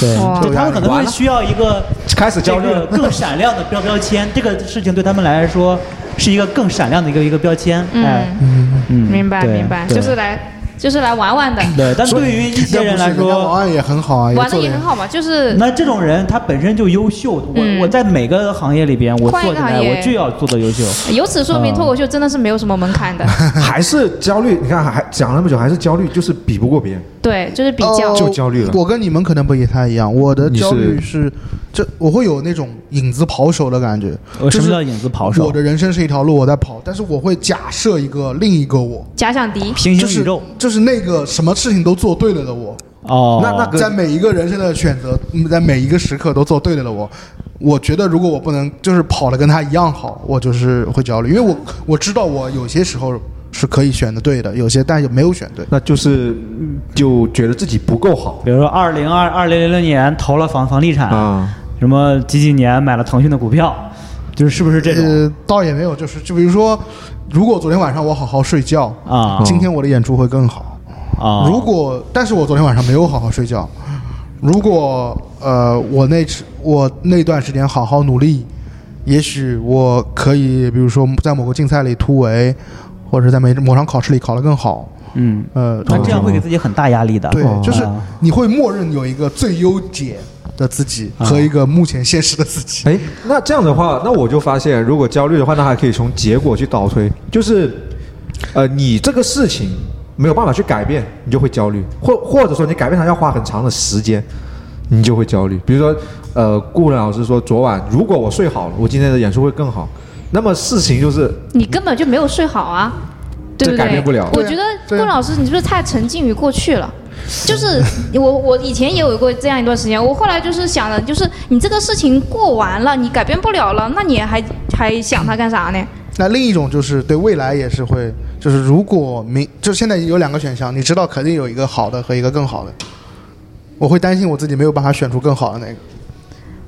[SPEAKER 1] 对，
[SPEAKER 4] 哇
[SPEAKER 1] 就他们可能会需要一个
[SPEAKER 5] 开始焦虑
[SPEAKER 1] 这个
[SPEAKER 5] 了。
[SPEAKER 1] 更闪亮的标标签， (laughs) 这个事情对他们来说是一个更闪亮的一个一个标签。哎，
[SPEAKER 4] 嗯，
[SPEAKER 1] 嗯
[SPEAKER 4] 明白
[SPEAKER 1] 对
[SPEAKER 4] 明白，
[SPEAKER 1] 对
[SPEAKER 4] 就是来就是来玩玩的，
[SPEAKER 1] 对，但对于一些人来
[SPEAKER 3] 要不是人家王
[SPEAKER 1] 说。
[SPEAKER 3] 安也很好啊，
[SPEAKER 4] 玩的
[SPEAKER 3] 做
[SPEAKER 4] 也
[SPEAKER 3] 得
[SPEAKER 4] 很。好嘛，就是
[SPEAKER 1] 那这种人他本身就优秀，我、
[SPEAKER 4] 嗯
[SPEAKER 1] 我在每个行业里边，我
[SPEAKER 4] 换一
[SPEAKER 1] 做
[SPEAKER 4] 个
[SPEAKER 1] 起来
[SPEAKER 4] 行业
[SPEAKER 1] 我就要做的优秀。
[SPEAKER 4] 由此说明
[SPEAKER 1] 嗯
[SPEAKER 4] 脱口秀真的是没有什么门槛的，
[SPEAKER 5] 还是焦虑，你看还讲了那么久，还是焦虑，就是比不过别人。
[SPEAKER 4] 对，就是比较
[SPEAKER 3] 哦
[SPEAKER 5] 就焦虑了
[SPEAKER 3] 我跟你们可能不也太一样，我的
[SPEAKER 5] 你是
[SPEAKER 3] 焦虑是，这我会有那种影子跑手的感觉。
[SPEAKER 1] 我呃什
[SPEAKER 3] 就
[SPEAKER 1] 么
[SPEAKER 3] 是
[SPEAKER 1] 叫影子跑手？
[SPEAKER 3] 我的人生是一条路，我在跑，但是我会假设一个另一个我，
[SPEAKER 4] 假想敌。
[SPEAKER 1] 平行宇
[SPEAKER 3] 就是
[SPEAKER 1] 宙
[SPEAKER 3] 就是那个什么事情都做对了的我，
[SPEAKER 1] 哦，
[SPEAKER 5] 那那
[SPEAKER 3] 在每一个人生的选择，嗯在每一个时刻都做对了的我，我觉得如果我不能就是跑的跟他一样好，我就是会焦虑，因为我我知道我有些时候是可以选的对的，有些但也没有选对。
[SPEAKER 5] 那就是嗯就觉得自己不够好
[SPEAKER 1] 比如说二零二二零零零年投了房房地产，
[SPEAKER 5] 啊。
[SPEAKER 1] 什么几几年买了腾讯的股票，就是是不是这种？
[SPEAKER 3] 呃，倒也没有，就是就比如说，如果昨天晚上我好好睡觉
[SPEAKER 1] 啊
[SPEAKER 3] 今天我的演出会更好。
[SPEAKER 1] 啊，
[SPEAKER 3] 如果，但是我昨天晚上没有好好睡觉。如果呃，我那时我那段时间好好努力，也许我可以，比如说在某个竞赛里突围，或者在某某场考试里考得更好。
[SPEAKER 1] 嗯，
[SPEAKER 3] 呃，
[SPEAKER 1] 那这样会给自己很大压力的。
[SPEAKER 3] 对，就是
[SPEAKER 1] 啊
[SPEAKER 3] 你会默认有一个最优解的自己和一个目前现实的自己。
[SPEAKER 5] 哎，那这样的话，那我就发现，如果焦虑的话，那还可以从结果去倒推，就是，呃，你这个事情没有办法去改变，你就会焦虑，或或者说你改变它要花很长的时间，你就会焦虑。比如说，呃，顾伦老师说，昨晚如果我睡好了，我今天的演出会更好。那么事情就是，
[SPEAKER 4] 你根本就没有睡好啊，对不
[SPEAKER 5] 这
[SPEAKER 4] 对？
[SPEAKER 5] 改变不了
[SPEAKER 4] 我
[SPEAKER 3] 对啊
[SPEAKER 4] 觉得
[SPEAKER 3] 对
[SPEAKER 4] 郭
[SPEAKER 3] 啊
[SPEAKER 4] 老师，你是不是太沉浸于过去了？就是我，我以前也有过这样一段时间。我后来就是想了，就是你这个事情过完了，你改变不了了，那你还还想它干啥呢？
[SPEAKER 3] 那另一种就是对未来也是会，就是如果明，就是现在有两个选项，你知道肯定有一个好的和一个更好的，我会担心我自己没有办法选出更好的那个。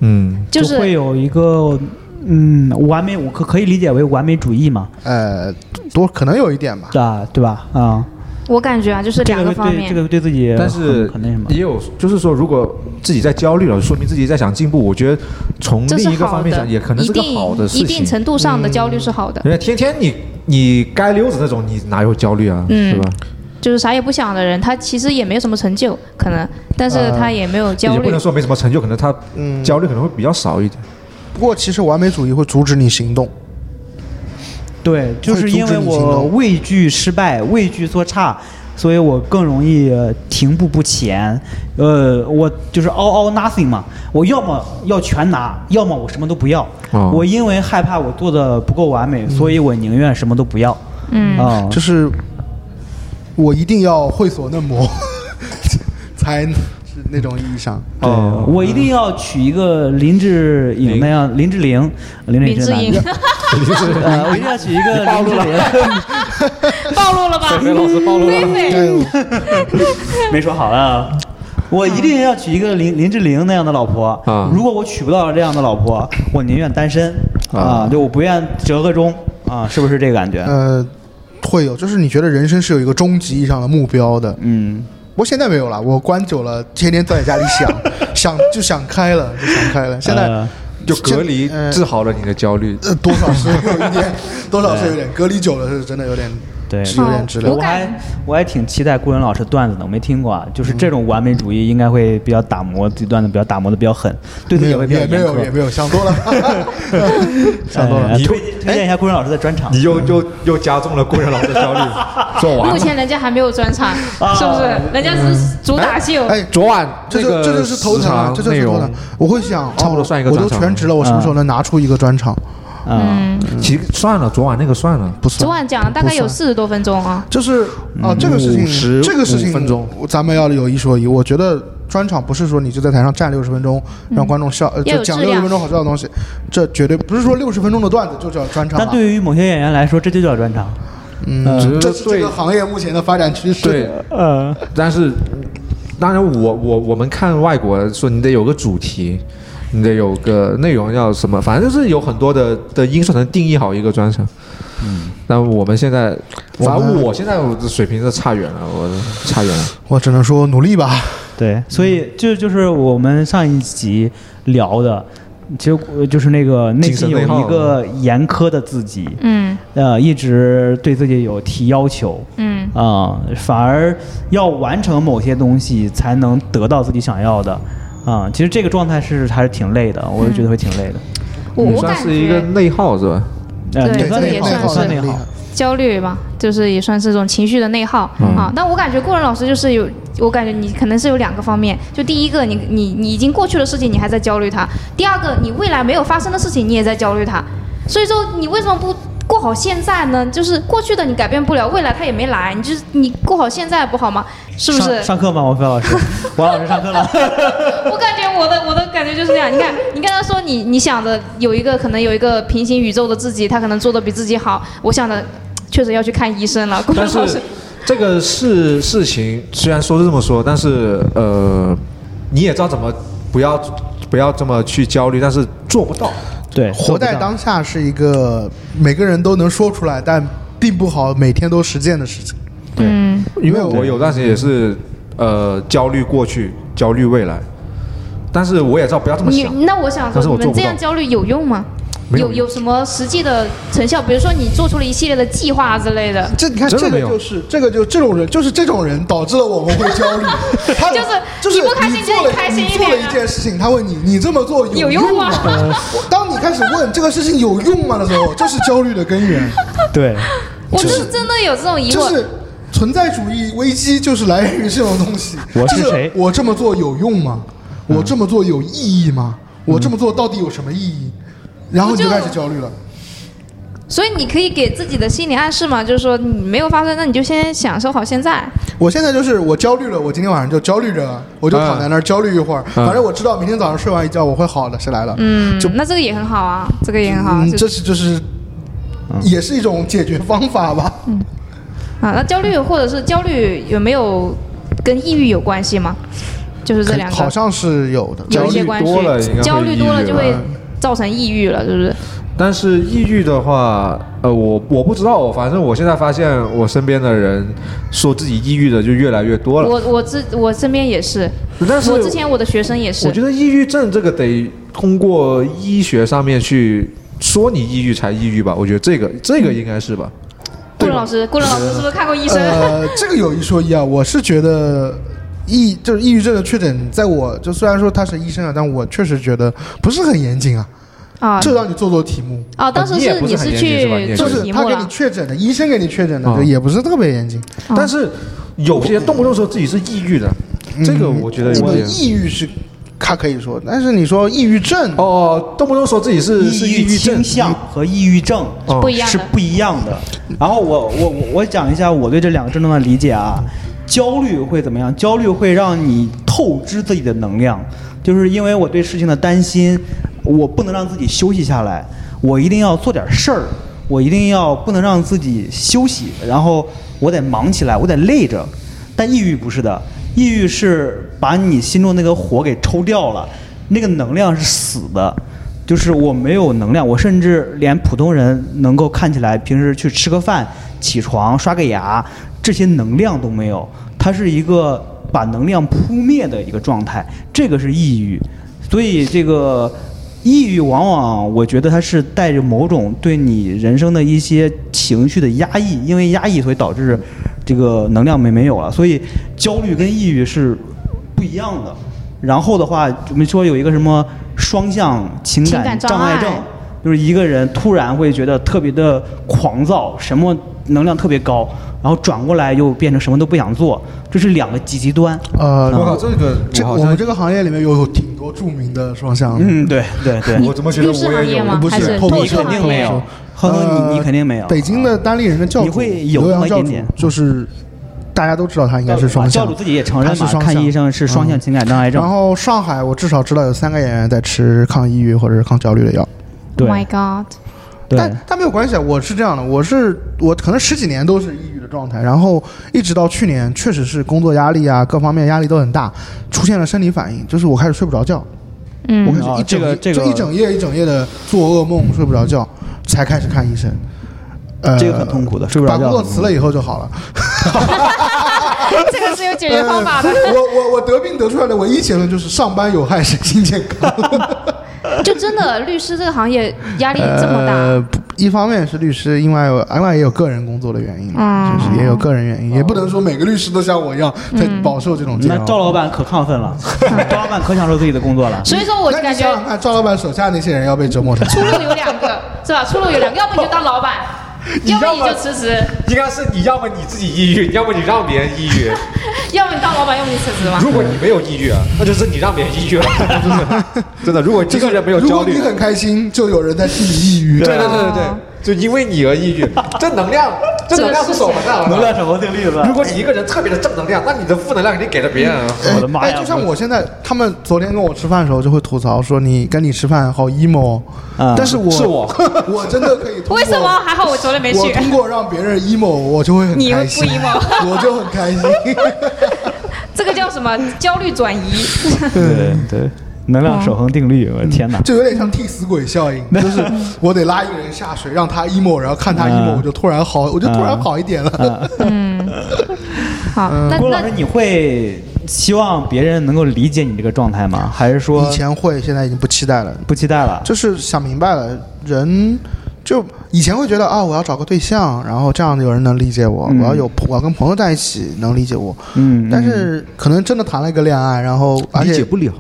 [SPEAKER 5] 嗯，
[SPEAKER 4] 就
[SPEAKER 1] 会
[SPEAKER 4] 是
[SPEAKER 1] 有一个嗯完美，我可可以理解为完美主义嘛，
[SPEAKER 3] 呃，多可能有一点吧。
[SPEAKER 1] 啊，对吧？啊、
[SPEAKER 4] 我感觉啊，就是
[SPEAKER 1] 这
[SPEAKER 4] 两
[SPEAKER 1] 个
[SPEAKER 4] 方
[SPEAKER 1] 对
[SPEAKER 4] 面。
[SPEAKER 1] 这个对自己
[SPEAKER 5] 但
[SPEAKER 1] 很
[SPEAKER 5] 是
[SPEAKER 1] 很那什么，
[SPEAKER 5] 也有，就是说，如果自己在焦虑了，说明自己在想进步。我觉得从
[SPEAKER 4] 这是
[SPEAKER 5] 另一个
[SPEAKER 4] 好
[SPEAKER 5] 方面
[SPEAKER 4] 的，
[SPEAKER 5] 讲，也可能
[SPEAKER 4] 一
[SPEAKER 5] 是个
[SPEAKER 4] 定
[SPEAKER 5] 好的事
[SPEAKER 4] 一
[SPEAKER 5] 情。嗯
[SPEAKER 4] 定程度上的焦虑是好的，
[SPEAKER 5] 人家天天你你该溜着那种，你哪有焦虑啊？
[SPEAKER 4] 嗯
[SPEAKER 5] 是吧？
[SPEAKER 4] 就是啥也不想的人，他其实也没有什么成就，可能，但是他也没有焦
[SPEAKER 5] 呃也
[SPEAKER 4] 虑
[SPEAKER 5] 不能。说没什么成就，可能他嗯焦虑可能会比较少一点。
[SPEAKER 3] 不过其实完美主义会阻止你行动，
[SPEAKER 1] 对，就
[SPEAKER 3] 会
[SPEAKER 1] 是
[SPEAKER 3] 阻
[SPEAKER 1] 因
[SPEAKER 3] 止
[SPEAKER 1] 为
[SPEAKER 3] 你行
[SPEAKER 1] 我
[SPEAKER 3] 动
[SPEAKER 1] 畏惧失败，畏惧做差，所以我更容易呃停步不前。呃，我就是 all all nothing 嘛，我要么要全拿，要么我什么都不要。
[SPEAKER 5] 哦
[SPEAKER 1] 我因为害怕我做的不够完美，
[SPEAKER 3] 嗯
[SPEAKER 1] 所以我宁愿什么都不要。
[SPEAKER 4] 嗯
[SPEAKER 1] 啊、
[SPEAKER 3] 就是我一定要会所嫩模， (laughs) 才是那种意义上。
[SPEAKER 1] 对，
[SPEAKER 5] 哦
[SPEAKER 1] 我一定要娶一个林志颖那样，林志玲，林
[SPEAKER 4] 林志
[SPEAKER 1] 男
[SPEAKER 4] 颖
[SPEAKER 1] 的呃，我一定要娶一
[SPEAKER 3] (laughs)
[SPEAKER 1] 个林志玲，
[SPEAKER 4] (laughs) 暴露了
[SPEAKER 5] (laughs)
[SPEAKER 4] 吧？菲菲老师暴露了。
[SPEAKER 3] 哎呦，
[SPEAKER 1] (laughs) 没说好啊。我一定要娶一个林林志玲那样的老婆。
[SPEAKER 5] 啊
[SPEAKER 1] 如果我娶不到这样的老婆，我宁愿单身啊
[SPEAKER 5] 啊
[SPEAKER 1] 就我不愿折个中啊，是不是这个感觉？
[SPEAKER 3] 呃，会有，就是你觉得人生是有一个终极意义上的目标的。
[SPEAKER 1] 嗯，
[SPEAKER 3] 我现在没有了，我关久了，天天坐在家里
[SPEAKER 5] (laughs)
[SPEAKER 3] 想，想就想开了，就想开了。现在、
[SPEAKER 1] 呃
[SPEAKER 5] 就隔离
[SPEAKER 3] 这呃
[SPEAKER 5] 治好了你的焦虑。
[SPEAKER 3] 呃，多少是有一
[SPEAKER 5] (laughs)
[SPEAKER 3] 点，多少是有点，隔离久了是真的有点，
[SPEAKER 1] 对
[SPEAKER 3] 是有点治疗
[SPEAKER 4] 我
[SPEAKER 1] 我。还
[SPEAKER 4] 感
[SPEAKER 1] 我还挺期待顾伦老师段子的，我没听过啊。就是这种完美主义应该会比较打磨，这段子比较打磨的比较狠，对自
[SPEAKER 3] 没
[SPEAKER 1] 己
[SPEAKER 3] 有，
[SPEAKER 1] 会比较
[SPEAKER 3] 也
[SPEAKER 1] 严
[SPEAKER 3] 没有，也
[SPEAKER 1] 苛。
[SPEAKER 3] 没有，想多了，
[SPEAKER 5] (laughs)
[SPEAKER 3] 想多了
[SPEAKER 1] 哎。
[SPEAKER 5] 你
[SPEAKER 1] 推
[SPEAKER 5] 会
[SPEAKER 1] 推荐一下顾伦老师的专场。
[SPEAKER 5] 你又又又加重了工人老师的焦虑。
[SPEAKER 3] (laughs)
[SPEAKER 5] 做完
[SPEAKER 4] 目
[SPEAKER 5] 了，
[SPEAKER 4] 前人家还没有专场，
[SPEAKER 5] 啊
[SPEAKER 4] 是不是？人家
[SPEAKER 5] 嗯
[SPEAKER 4] 是主打秀。
[SPEAKER 3] 哎，
[SPEAKER 5] 昨晚
[SPEAKER 3] 这
[SPEAKER 5] 那
[SPEAKER 3] 就
[SPEAKER 5] 个
[SPEAKER 3] 这就是头
[SPEAKER 5] 时
[SPEAKER 3] 疼啊，
[SPEAKER 5] 长
[SPEAKER 3] 这就是
[SPEAKER 5] 内
[SPEAKER 3] 头
[SPEAKER 5] 容
[SPEAKER 3] 疼。我会想，
[SPEAKER 5] 差不多
[SPEAKER 3] 哦
[SPEAKER 5] 算一个
[SPEAKER 3] 我
[SPEAKER 5] 专
[SPEAKER 3] 都
[SPEAKER 5] 场嗯
[SPEAKER 3] 全职了，我什么时候能拿出一个专场？
[SPEAKER 1] 嗯，
[SPEAKER 4] 嗯，
[SPEAKER 5] 其实算了，昨晚那个算了。
[SPEAKER 3] 不算。
[SPEAKER 4] 昨晚讲了大概有
[SPEAKER 3] 不算
[SPEAKER 4] 四十多分钟啊。
[SPEAKER 3] 就是啊，这个事情，
[SPEAKER 5] 50
[SPEAKER 3] 这个事情，
[SPEAKER 5] 分钟，
[SPEAKER 3] 咱们要有一说一，我觉得专场不是说你就在台上站六十分钟，让观众笑，呃
[SPEAKER 4] 嗯要有
[SPEAKER 3] 就讲
[SPEAKER 4] 质
[SPEAKER 3] 六
[SPEAKER 4] 量
[SPEAKER 3] 十分钟好笑的东西，这绝对不是说六十分钟的段子就叫专场
[SPEAKER 1] 但
[SPEAKER 3] 啊。
[SPEAKER 1] 对于某些演员来说，这就叫专场。
[SPEAKER 5] 只
[SPEAKER 3] 嗯，
[SPEAKER 5] 是
[SPEAKER 3] 这是这
[SPEAKER 5] 对
[SPEAKER 3] 个行业目前的发展趋势。
[SPEAKER 5] 对，
[SPEAKER 1] 呃，
[SPEAKER 5] 但是当然我，我我们看外国说你得有个主题，你得有个内容要什么，反正就是有很多的的因素能定义好一个专场。嗯，但我们现在，
[SPEAKER 3] 我
[SPEAKER 5] 反
[SPEAKER 3] 们
[SPEAKER 5] 正我现在我的水平是差远了，我差远了。
[SPEAKER 3] 我只能说努力吧。
[SPEAKER 1] 对，所以这就是我们上一集聊的，其实呃就是那个内
[SPEAKER 5] 精神
[SPEAKER 1] 心有
[SPEAKER 5] 内耗
[SPEAKER 1] 一个严苛的自己，
[SPEAKER 4] 嗯
[SPEAKER 1] 呃，一直对自己有提要求，
[SPEAKER 4] 嗯
[SPEAKER 1] 啊、反而要完成某些东西才能得到自己想要的，啊、其实这个状态是还是挺累的，我就觉得会挺累的，
[SPEAKER 4] 我
[SPEAKER 5] 你
[SPEAKER 4] 我
[SPEAKER 5] 算
[SPEAKER 4] 感
[SPEAKER 5] 是一个
[SPEAKER 4] 觉
[SPEAKER 5] 内耗是吧？
[SPEAKER 1] 呃，
[SPEAKER 4] 嗯对
[SPEAKER 1] 也算
[SPEAKER 4] 这
[SPEAKER 1] 内
[SPEAKER 4] 也
[SPEAKER 1] 耗，
[SPEAKER 4] 算
[SPEAKER 1] 也算
[SPEAKER 4] 是
[SPEAKER 1] 内
[SPEAKER 3] 很厉
[SPEAKER 1] 耗
[SPEAKER 3] 害，
[SPEAKER 4] 焦虑吧，就是也算是一种情绪的内耗、
[SPEAKER 5] 嗯
[SPEAKER 4] 啊。但我感觉顾然老师就是有，我感觉你可能是有两个方面，就第一个你，你你已经过去的事情，你还在焦虑它；第二个，你未来没有发生的事情，你也在焦虑它。所以说，你为什么不过好现在呢？就是过去的你改变不了，未来它也没来，你就是你过好现在不好吗？是不是
[SPEAKER 1] 上？上课吗？王菲老师， (laughs) 王老师上课了。
[SPEAKER 4] 我感觉我的我的感觉就是这样。你看，你刚才说你你想着有一个可能有一个平行宇宙的自己，他可能做的比自己好。我想着确实要去看医生了。顾然
[SPEAKER 5] 但
[SPEAKER 4] 老师
[SPEAKER 5] 是，这个事事情虽然说是这么说，但是呃，你也知道怎么不要不要这么去焦虑，但是做不到。
[SPEAKER 1] 对，
[SPEAKER 3] 活在当下是一个每个人都能说出来，但并不好每天都实践的事情。
[SPEAKER 4] 嗯，
[SPEAKER 5] 因为我有段时间也是呃焦虑过去，焦虑未来，但是我也知道不要这么
[SPEAKER 4] 你
[SPEAKER 5] 想。
[SPEAKER 4] 那我想说，
[SPEAKER 5] 但是
[SPEAKER 4] 你
[SPEAKER 5] 我做
[SPEAKER 4] 们
[SPEAKER 5] 不
[SPEAKER 4] 这样
[SPEAKER 5] 到
[SPEAKER 4] 焦虑有用吗？
[SPEAKER 5] 没有
[SPEAKER 4] 有
[SPEAKER 5] 用
[SPEAKER 4] 有什么实际的成效？比如说你做出了一系列的计划之类的，
[SPEAKER 3] 这你看，
[SPEAKER 5] 真的
[SPEAKER 3] 这个
[SPEAKER 5] 没有
[SPEAKER 3] 就是这个就这种人，就是这种人导致了我们会焦
[SPEAKER 4] (laughs)
[SPEAKER 3] 虑。他
[SPEAKER 4] 就是
[SPEAKER 3] 就是
[SPEAKER 4] 你不开心
[SPEAKER 3] 做
[SPEAKER 4] 就
[SPEAKER 3] 了
[SPEAKER 4] 得开心一
[SPEAKER 3] 你做了
[SPEAKER 4] 点啊
[SPEAKER 3] 一件事情，他问你你这么做
[SPEAKER 4] 有
[SPEAKER 3] 用
[SPEAKER 4] 用吗？
[SPEAKER 3] 我当你开始问这个事情有用吗的时候，这是焦虑的根
[SPEAKER 4] (laughs)
[SPEAKER 3] 源，
[SPEAKER 1] 对，
[SPEAKER 4] 我
[SPEAKER 3] 就是
[SPEAKER 4] 是真的有这种疑
[SPEAKER 3] 就
[SPEAKER 4] 惑。
[SPEAKER 3] 是存在主义危机就是来源于这种东西。
[SPEAKER 1] 我是
[SPEAKER 3] 就
[SPEAKER 1] 谁
[SPEAKER 3] 我这么做有用吗？
[SPEAKER 5] 嗯
[SPEAKER 3] 我这么做有意义吗？我这么做到底有什么意义？然后你就
[SPEAKER 4] 我就
[SPEAKER 3] 开始焦虑了。
[SPEAKER 4] 所以你可以给自己的心理暗示嘛，就是说你没有发生，那你就先享受好现在。
[SPEAKER 3] 我现在就是我焦虑了，我今天晚上就焦虑着，我就躺在那儿焦虑一会儿。
[SPEAKER 5] 嗯
[SPEAKER 3] 反正我知道明天早上睡完一觉我会好的，谁来了？
[SPEAKER 4] 嗯
[SPEAKER 3] 就，
[SPEAKER 4] 那这个也很好啊，这个也很好啊。
[SPEAKER 3] 嗯，
[SPEAKER 4] 就
[SPEAKER 3] 这是就是也是一种解决方法吧。
[SPEAKER 4] 啊，那焦虑或者是焦虑有没有跟抑郁有关系吗？就是这两个
[SPEAKER 3] 好像是有的，
[SPEAKER 4] 有一
[SPEAKER 5] 焦
[SPEAKER 4] 些
[SPEAKER 5] 虑
[SPEAKER 4] 关系
[SPEAKER 5] 多了应该，会
[SPEAKER 4] 焦虑多了
[SPEAKER 5] 抑郁
[SPEAKER 4] 就
[SPEAKER 5] 吧
[SPEAKER 4] 会造成抑郁了，是不是？
[SPEAKER 5] 但是抑郁的话，呃，我我不知道，我反正我现在发现我身边的人说自己抑郁的就越来越多了。
[SPEAKER 4] 我我之我身边也是，
[SPEAKER 5] 但是
[SPEAKER 4] 我之前我的学生也是
[SPEAKER 5] 我觉，得抑郁症这个得通过医学上面去说你抑郁才抑郁吧，我觉得这个这个应该是吧。
[SPEAKER 4] 顾伦老师，顾伦老师是不是看过医生？
[SPEAKER 3] 呃， (laughs) 这个有一说一啊，我是觉得抑就是抑郁症的确诊，在我就虽然说他是医生啊，但我确实觉得不是很严谨啊，
[SPEAKER 4] 啊
[SPEAKER 3] 这让你做做题目。
[SPEAKER 4] 啊，当时
[SPEAKER 5] 呃你也不是
[SPEAKER 4] 你
[SPEAKER 5] 很
[SPEAKER 4] 是
[SPEAKER 5] 严谨是吧你
[SPEAKER 4] 去
[SPEAKER 5] 也
[SPEAKER 4] 做
[SPEAKER 3] 就是
[SPEAKER 4] 题
[SPEAKER 3] 他
[SPEAKER 4] 目
[SPEAKER 3] 给你
[SPEAKER 4] 了，
[SPEAKER 3] 确诊的，医生给你确诊的，
[SPEAKER 5] 啊
[SPEAKER 3] 就也不是特别严谨。
[SPEAKER 4] 哦
[SPEAKER 5] 但是有些动不动说自己是抑郁的，这个我觉得
[SPEAKER 3] 我
[SPEAKER 5] 有点。
[SPEAKER 3] 抑郁是，他可以说，但是你说抑郁症，
[SPEAKER 5] 哦，动不动说自己是是抑
[SPEAKER 1] 抑郁
[SPEAKER 5] 郁症
[SPEAKER 1] 倾，向和抑郁症
[SPEAKER 5] 哦
[SPEAKER 4] 不一样
[SPEAKER 1] 是
[SPEAKER 4] 的。
[SPEAKER 1] 不一样的。然后我我我我讲一下我对这两个症状的理解啊。焦虑会怎么样？焦虑会让你透支自己的能量，就是因为我对事情的担心，我不能让自己休息下来，我一定要做点事儿，我一定要不能让自己休息，然后我得忙起来，我得累着。但抑郁不是的，抑郁是把你心中那个火给抽掉了，那个能量是死的，就是我没有能量，我甚至连普通人能够看起来平时去吃个饭、起床、刷个牙这些能量都没有，它是一个把能量扑灭的一个状态，这个是抑郁，所以这个。抑郁往往，我觉得它是带着某种对你人生的一些情绪的压抑，因为压抑，所以导致这个能量没没有了。所以焦虑跟抑郁是不一样的。然后的话，我们说有一个什么双向情
[SPEAKER 4] 情
[SPEAKER 1] 感
[SPEAKER 4] 感
[SPEAKER 1] 障
[SPEAKER 4] 障
[SPEAKER 1] 碍
[SPEAKER 4] 碍
[SPEAKER 1] 症，就是一个人突然会觉得特别的狂躁，什么能量特别高，然后转过来又变成什么都不想做，这是两个极极端。
[SPEAKER 3] 呃，
[SPEAKER 5] 我靠，这个
[SPEAKER 3] 这
[SPEAKER 5] 我
[SPEAKER 3] 个
[SPEAKER 5] 好
[SPEAKER 3] 我
[SPEAKER 5] 像
[SPEAKER 3] 们这个行业里面有有挺多著名的呃双向的，
[SPEAKER 1] 嗯，对对对，
[SPEAKER 5] 我怎么觉得
[SPEAKER 4] 律师
[SPEAKER 5] 我
[SPEAKER 4] 行
[SPEAKER 5] 也
[SPEAKER 4] 业
[SPEAKER 5] 有
[SPEAKER 4] 吗？
[SPEAKER 5] 不
[SPEAKER 4] 还
[SPEAKER 5] 是
[SPEAKER 4] 是
[SPEAKER 3] 透
[SPEAKER 4] 律
[SPEAKER 1] 你
[SPEAKER 4] 师
[SPEAKER 1] 肯
[SPEAKER 4] 行
[SPEAKER 1] 定没
[SPEAKER 4] 业
[SPEAKER 1] 有，亨亨，
[SPEAKER 3] 呃
[SPEAKER 1] 你你肯定没有。啊
[SPEAKER 3] 北京的单立人的教主，
[SPEAKER 1] 你会有
[SPEAKER 3] 刘
[SPEAKER 1] 那么
[SPEAKER 3] 洋
[SPEAKER 1] 一
[SPEAKER 3] 教
[SPEAKER 1] 点
[SPEAKER 3] 主
[SPEAKER 1] 点
[SPEAKER 3] 就是大家都知道他应该是双向，
[SPEAKER 1] 教主自己也承认
[SPEAKER 3] 他
[SPEAKER 1] 嘛
[SPEAKER 3] 是，双向嗯
[SPEAKER 1] 看医生是双向情感障碍症。
[SPEAKER 3] 然后上海，我至少知道有三个演员在吃抗抑郁或者是抗焦虑的药，
[SPEAKER 4] ，Oh
[SPEAKER 1] 对
[SPEAKER 4] my god！ (laughs)
[SPEAKER 1] 对
[SPEAKER 3] 但但没有关系啊。我是这样的，我是我可能十几年都是抑郁的状态，然后一直到去年，确实是工作压力啊，各方面压力都很大，出现了生理反应，就是我开始睡不着觉，我
[SPEAKER 4] 嗯，
[SPEAKER 3] 开始一
[SPEAKER 1] 哦这
[SPEAKER 3] 整、
[SPEAKER 1] 个这个
[SPEAKER 3] 就一整夜一整夜的做噩梦，睡不着觉，才开始看医生。呃，
[SPEAKER 1] 这个很痛苦的睡不着觉
[SPEAKER 3] 把工作辞了以后就好了。
[SPEAKER 4] 这个是有解决方法的，
[SPEAKER 5] (laughs)
[SPEAKER 3] 呃我我我得病得出来的唯一结论就是上班有害身心健康。
[SPEAKER 4] 就真的律师这个行业压力这么
[SPEAKER 3] 呃
[SPEAKER 4] 大，，
[SPEAKER 3] 不一方面是律师，另外有另外也有个人工作的原因，
[SPEAKER 4] 嗯
[SPEAKER 3] 就是也有个人原因，也不能说每个律师都像我一样在饱受这种煎
[SPEAKER 1] 那赵
[SPEAKER 3] 熬。
[SPEAKER 1] 老板可亢奋
[SPEAKER 3] (laughs)
[SPEAKER 1] 了，赵老板可享受自己的工作了。
[SPEAKER 4] 所以说我就
[SPEAKER 3] 那你
[SPEAKER 4] 感觉
[SPEAKER 3] 想想看，赵老板手下那些人要被折磨成 (laughs)
[SPEAKER 4] 出路有两个，是吧？出路有两个，
[SPEAKER 5] (laughs)
[SPEAKER 4] 要不你就当老板，
[SPEAKER 5] 你
[SPEAKER 4] 要不
[SPEAKER 5] 要
[SPEAKER 4] 你
[SPEAKER 5] 么
[SPEAKER 4] 就辞职，
[SPEAKER 5] 应该是你要么你自己抑郁，要么你让别人抑
[SPEAKER 3] (laughs)
[SPEAKER 5] 郁。
[SPEAKER 4] 要么你当老板，要么你辞职嘛。
[SPEAKER 5] 如果你没有抑郁啊，那就是你让别人抑郁了，真
[SPEAKER 3] (laughs)
[SPEAKER 5] 的真的。如果这个人没有
[SPEAKER 3] 如
[SPEAKER 5] 焦
[SPEAKER 3] 果
[SPEAKER 5] 虑
[SPEAKER 3] 你，很开心，就有人在替你抑郁。
[SPEAKER 5] 对对对对对，就因为你而抑郁，正能 (laughs) 量，正能量是守恒的。 (laughs)
[SPEAKER 1] 能量守恒定律吧
[SPEAKER 5] 如。果你一个人特别的正能量，那你的负能量肯定给了别人啊。
[SPEAKER 3] 哎
[SPEAKER 1] 我的妈呀
[SPEAKER 3] 哎就像我现在，他们昨天跟我吃饭的时候就会吐槽说你跟你吃饭好 emo，哦
[SPEAKER 1] 啊
[SPEAKER 3] 但是我
[SPEAKER 5] 是我
[SPEAKER 3] (laughs) 我真的可以通过
[SPEAKER 4] 为什么？还好我昨天没
[SPEAKER 3] 我
[SPEAKER 4] 去。
[SPEAKER 3] 通过让别人 emo，我就会很
[SPEAKER 4] 你会
[SPEAKER 3] 开心，
[SPEAKER 4] 不 emo
[SPEAKER 3] (laughs) 我就很开心。
[SPEAKER 4] 这个叫什么？焦虑转移。
[SPEAKER 5] 呃
[SPEAKER 1] 对
[SPEAKER 3] 嗯
[SPEAKER 1] 对，能量守恒定律，我的天哪！
[SPEAKER 3] 就有点像替死鬼
[SPEAKER 1] (laughs)
[SPEAKER 3] 效应，就是我得拉一个人下水，让他 emo，然后看他 emo，
[SPEAKER 1] 嗯
[SPEAKER 3] 我就突然好，我就突然好一点 (laughs) 了。
[SPEAKER 4] 好，那
[SPEAKER 1] 郭老师，
[SPEAKER 4] 那
[SPEAKER 1] 你会希望别人能够理解你这个状态吗？还是说
[SPEAKER 3] 以前会，现在已经不期待了，
[SPEAKER 1] 不期待了？
[SPEAKER 3] 就是想明白了，人就以前会觉得啊，我要找个对象，然后这样有人能理解我，
[SPEAKER 1] 嗯
[SPEAKER 3] 我要有朋我要跟朋友在一起能理解我，
[SPEAKER 1] 嗯，
[SPEAKER 3] 但是可能真的谈了一个恋爱，然后而且
[SPEAKER 5] 了，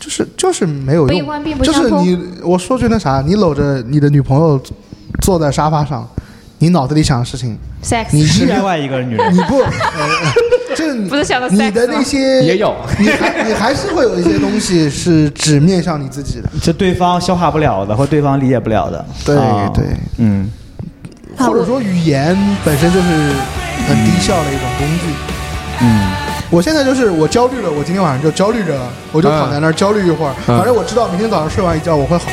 [SPEAKER 3] 就是就是没有
[SPEAKER 4] 悲
[SPEAKER 3] 用，
[SPEAKER 4] 观并不
[SPEAKER 3] 就
[SPEAKER 4] 相
[SPEAKER 3] 是
[SPEAKER 4] 通
[SPEAKER 3] 你我说句那啥，你搂着你的女朋友坐在沙发上，你脑子里想的事情，你
[SPEAKER 4] ，sex
[SPEAKER 1] 是
[SPEAKER 3] 是
[SPEAKER 1] 另外一个女
[SPEAKER 3] (laughs)
[SPEAKER 1] 人。
[SPEAKER 3] 你
[SPEAKER 4] (laughs)
[SPEAKER 3] 不，呃这
[SPEAKER 4] 不是想的
[SPEAKER 3] 你
[SPEAKER 4] sex
[SPEAKER 3] 的那
[SPEAKER 4] 吗
[SPEAKER 3] 些
[SPEAKER 5] 也有，
[SPEAKER 3] 你还你还是会有一些东西是只面向你自己的，
[SPEAKER 1] 是对方消化不了的，或对方理解不了的。
[SPEAKER 3] 对
[SPEAKER 1] 啊
[SPEAKER 3] 对，
[SPEAKER 1] 嗯，
[SPEAKER 4] 啊
[SPEAKER 3] 或者说语言本身就是很低效的一种工具。
[SPEAKER 1] 嗯，
[SPEAKER 3] 我现在就是我焦虑了，我今天晚上就焦虑着了，我就躺在那儿焦虑一会儿，
[SPEAKER 5] 嗯
[SPEAKER 3] 反正我知道明天早上睡完一觉我会好。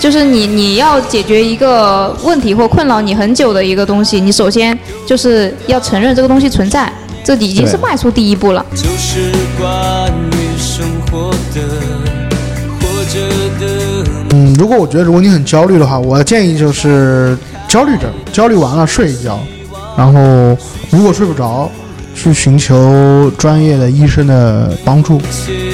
[SPEAKER 4] 就是你你要解决一个问题或困扰你很久的一个东西，你首先就是要承认这个东西存在，这已经是
[SPEAKER 1] 对
[SPEAKER 4] 迈出第一步了。
[SPEAKER 2] 就是关于生生活的，活着的。
[SPEAKER 3] 嗯，如果我觉得如果你很焦虑的话，我建议就是焦虑着，焦虑完了睡一觉，然后如果睡不着，去寻求专业的医生的帮助。
[SPEAKER 2] 些